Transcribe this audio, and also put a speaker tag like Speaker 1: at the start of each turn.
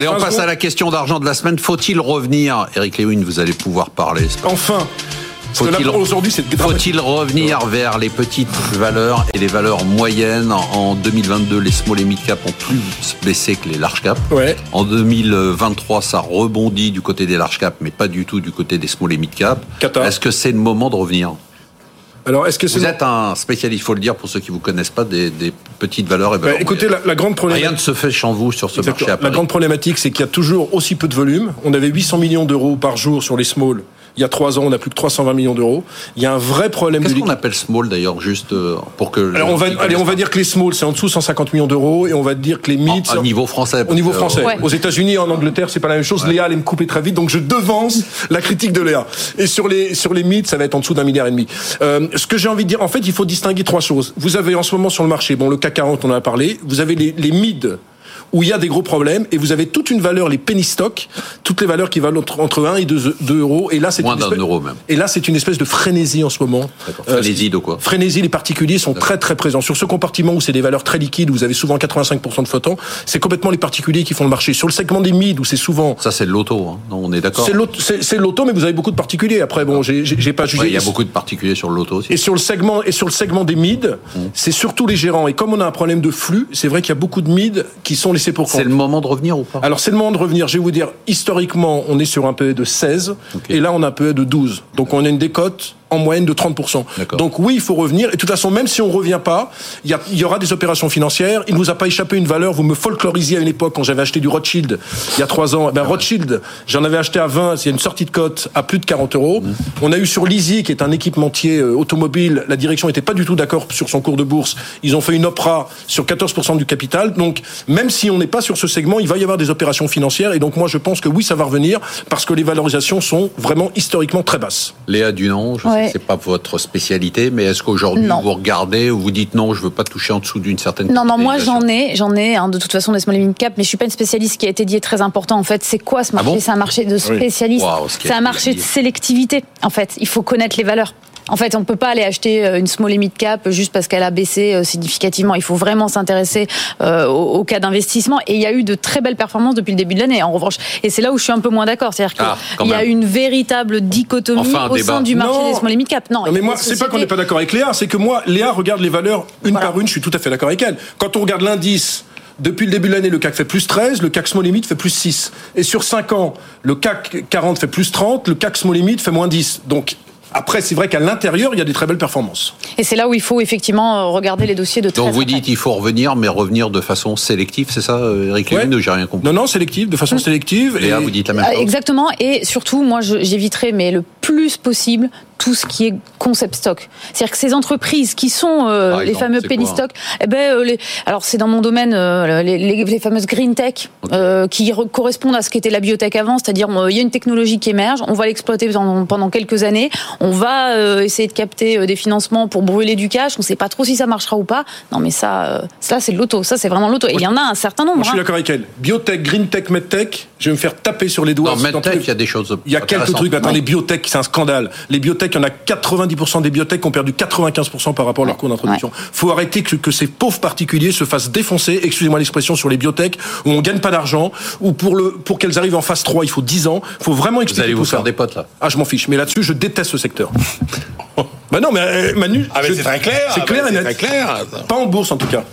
Speaker 1: Et on passe à la question d'argent de la semaine. Faut-il revenir Eric Lewin, vous allez pouvoir parler. c'est pas-
Speaker 2: Enfin Parce que
Speaker 1: Faut-il
Speaker 2: là, aujourd'hui, c'est dramatique.
Speaker 1: Faut-il revenir vers les petites valeurs et les valeurs moyennes En 2022, les small et mid cap ont plus baissé que les large cap.
Speaker 2: Ouais.
Speaker 1: En 2023, ça rebondit du côté des large cap, mais pas du tout du côté des small et mid cap.
Speaker 2: Qatar.
Speaker 1: Est-ce que c'est le moment de revenir
Speaker 2: Alors, est-ce que c'est...
Speaker 1: Vous êtes un spécialiste, il faut le dire, pour ceux qui vous connaissent pas, des, des petites valeurs et
Speaker 2: Bah,
Speaker 1: valeurs
Speaker 2: écoutez,
Speaker 1: moyennes.
Speaker 2: la, la grande
Speaker 1: Rien ne
Speaker 2: problématique...
Speaker 1: se fait sans vous sur ce marché à
Speaker 2: Exactement. La
Speaker 1: Paris.
Speaker 2: grande problématique, c'est qu'il y a toujours aussi peu de volume. On avait 800 millions d'euros par jour sur les small. Il y a trois ans, on a plus que 320 millions d'euros. Il y a un vrai problème
Speaker 1: Qu'est-ce
Speaker 2: du
Speaker 1: qu'on appelle small d'ailleurs, juste euh, pour que.
Speaker 2: Alors on va,
Speaker 1: qu'ils
Speaker 2: allez, on
Speaker 1: connaissent
Speaker 2: va dire que les small, c'est en dessous 150 millions d'euros, et on va dire que les mids...
Speaker 1: Au niveau français.
Speaker 2: Au niveau
Speaker 1: parce que,
Speaker 2: français.
Speaker 1: euh,
Speaker 2: Aux États-Unis et en Angleterre, c'est pas la même chose. Léa allait me couper très vite, donc je devance la critique de Léa. Et sur les, sur les mythes, ça va être en dessous d'un milliard et demi. Euh, ce que j'ai envie de dire, en fait, il faut distinguer trois choses. Vous avez en ce moment sur le marché, bon, le CAC 40, on en a parlé, vous avez les, les mid où il y a des gros problèmes et vous avez toute une valeur les penny stocks toutes les valeurs qui valent entre, entre 1 et 2, euros et là c'est
Speaker 1: Moins
Speaker 2: une
Speaker 1: d'un
Speaker 2: espèce-
Speaker 1: euro même.
Speaker 2: et là c'est une espèce de frénésie en ce moment
Speaker 1: D'accord.
Speaker 2: Euh,
Speaker 1: Frénésie de quoi
Speaker 2: frénésie, les particuliers sont très très présents. Sur ce compartiment où c'est des valeurs très liquides, où vous avez souvent 85% de flottants, c'est complètement les particuliers qui font le marché. Sur le segment des mid, où c'est souvent...
Speaker 1: Ça, c'est de l'auto, hein. Non, on est d'accord.
Speaker 2: C'est l'auto- C'est c'est l'auto, mais vous avez beaucoup de particuliers. Après, bon, j'ai j'ai- j'ai pas jugé.
Speaker 1: Ouais, il y a beaucoup de particuliers sur l'auto aussi.
Speaker 2: Et sur le segment et sur le segment des mid,
Speaker 1: Mmh.
Speaker 2: c'est surtout les gérants. Et comme on a un problème de flux, c'est vrai qu'il y a beaucoup de mid qui sont laissés pour compte.
Speaker 1: C'est le moment de revenir ou pas
Speaker 2: Alors c'est le moment de revenir. Je vais vous dire, historiquement, on est sur un PE de 16
Speaker 1: Ok.
Speaker 2: et là on a un PE de 12. Donc on a une décote en moyenne de 30%.
Speaker 1: D'accord.
Speaker 2: Donc oui, il faut revenir. Et de toute façon, même si on revient pas, il y, a- il y aura des opérations financières. Il nous a pas échappé une valeur. Vous me folklorisiez à une époque quand j'avais acheté du Rothschild il y a trois ans. Eh Ben Rothschild, j'en avais acheté à 20. Il y a une sortie de cote à plus de 40 euros. On a eu sur Lizzie, qui est un équipementier euh, automobile, la direction n'était pas du tout d'accord sur son cours de bourse. Ils ont fait une opéra sur 14% du capital. Donc, même si on n'est pas sur ce segment, il va y avoir des opérations financières. Et donc, moi, je pense que oui, ça va revenir parce que les valorisations sont vraiment historiquement très basses.
Speaker 1: Léa Dunon, je
Speaker 3: Ouais.
Speaker 1: sais que c'est pas votre spécialité, mais est-ce qu'aujourd'hui
Speaker 3: Non.
Speaker 1: vous regardez ou vous dites non, je veux pas toucher en dessous d'une certaine.
Speaker 3: Non, non, moi
Speaker 1: capitalisation
Speaker 3: j'en ai, j'en ai hein, de toute façon des small and mid cap, mais je suis pas une spécialiste. Ce qui a été dit est très important en fait. C'est quoi ce marché
Speaker 1: Ah bon
Speaker 3: C'est un marché de spécialistes,
Speaker 1: Waouh, ce qui a
Speaker 3: c'est un
Speaker 1: été
Speaker 3: marché
Speaker 1: dit.
Speaker 3: de sélectivité en fait. Il faut connaître les valeurs. En fait, on peut pas aller acheter euh, une small and mid cap juste parce qu'elle a baissé euh, significativement. Il faut vraiment s'intéresser euh, au, au cas d'investissement. Et il y a eu de très belles performances depuis le début de l'année. En revanche, et c'est là où je suis un peu moins d'accord, c'est-à-dire qu'il
Speaker 1: Ah, quand
Speaker 3: y a
Speaker 1: même.
Speaker 3: une véritable dichotomie
Speaker 1: Enfin, un
Speaker 3: au
Speaker 1: débat.
Speaker 3: sein du marché
Speaker 2: Non.
Speaker 3: des small and mid cap. Non,
Speaker 2: Non,
Speaker 3: il y
Speaker 2: mais
Speaker 3: a
Speaker 2: moi,
Speaker 3: des
Speaker 2: c'est pas qu'on n'est
Speaker 3: sociétés-
Speaker 2: pas d'accord avec Léa, c'est que moi, Léa regarde les valeurs une
Speaker 3: Voilà.
Speaker 2: par une, je suis tout à fait d'accord avec elle. Quand on regarde l'indice, depuis le début de l'année, le CAC fait plus 13, le CAC Small Limit fait plus 6. Et sur 5 ans, le CAC 40 fait plus 30, le CAC Small Limit fait moins 10. Donc, après, c'est vrai qu'à l'intérieur, il y a des très belles performances.
Speaker 3: Et c'est là où il faut effectivement euh, regarder les dossiers de très
Speaker 1: Donc vous
Speaker 3: très près.
Speaker 1: dites il faut revenir, mais revenir de façon sélective, c'est ça, euh, Eric
Speaker 2: Ouais.
Speaker 1: Lewin ou j'ai rien compris
Speaker 2: Non, non, sélective, de
Speaker 3: Hum.
Speaker 2: façon sélective.
Speaker 1: Léa,
Speaker 2: et-
Speaker 1: vous dites la même
Speaker 3: Ah,
Speaker 1: chose.
Speaker 3: Exactement, et surtout, moi, je- j'éviterai, mais le plus possible, tout ce qui est concept stock. C'est-à-dire que ces entreprises qui sont euh,
Speaker 1: Par
Speaker 3: les
Speaker 1: exemple,
Speaker 3: fameux
Speaker 1: c'est
Speaker 3: penny
Speaker 1: quoi, hein
Speaker 3: stock, eh ben, euh, les- alors c'est dans mon domaine, euh, les, les- les fameuses green tech, euh, qui re- correspondent à ce qu'était la biotech avant, c'est-à-dire euh, il y a une technologie qui émerge, on va l'exploiter pendant, pendant quelques années, on va euh, essayer de capter euh, des financements pour brûler du cash, on ne sait pas trop si ça marchera ou pas. Non, mais ça, euh, ça c'est de l'auto, ça c'est vraiment de l'auto. Et il y en a un certain nombre.
Speaker 2: Moi, je suis
Speaker 3: hein.
Speaker 2: d'accord avec elle. Biotech, green tech, medtech, je vais me faire taper sur les doigts.
Speaker 1: Non,
Speaker 2: Dans tous
Speaker 1: MedTech,
Speaker 2: les-
Speaker 1: il y a des choses.
Speaker 2: Il y a quelques
Speaker 1: intéressantes.
Speaker 2: trucs. mais Attendez, biotech, c'est un scandale. Les biotech, il y en a 90% des biotech qui ont perdu 95% par rapport à leur cours d'introduction. Faut arrêter que, que ces pauvres particuliers se fassent défoncer, excusez-moi l'expression, sur les biotech, où on gagne pas d'argent, où pour le, pour qu'elles arrivent en phase 3, il faut 10 ans. Faut vraiment
Speaker 1: Vous
Speaker 2: expliquer
Speaker 1: allez vous
Speaker 2: tout ça.
Speaker 1: faire des potes là.
Speaker 2: Ah, je m'en fiche. Mais là-dessus, je déteste ce secteur. bah non, mais euh, Manu.
Speaker 4: Ah, mais
Speaker 2: je-
Speaker 4: c'est très clair.
Speaker 2: C'est
Speaker 4: Ah,
Speaker 2: clair
Speaker 4: bah,
Speaker 2: et
Speaker 4: c'est
Speaker 2: net.
Speaker 4: très clair.
Speaker 2: Pas en bourse, en tout cas.